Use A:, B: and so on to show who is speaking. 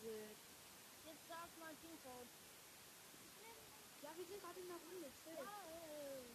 A: blöd. Jetzt darf Martin rot.
B: Schlimm.
A: Ja, wir sind gerade in der Runde. Chill.
B: Ja, äh.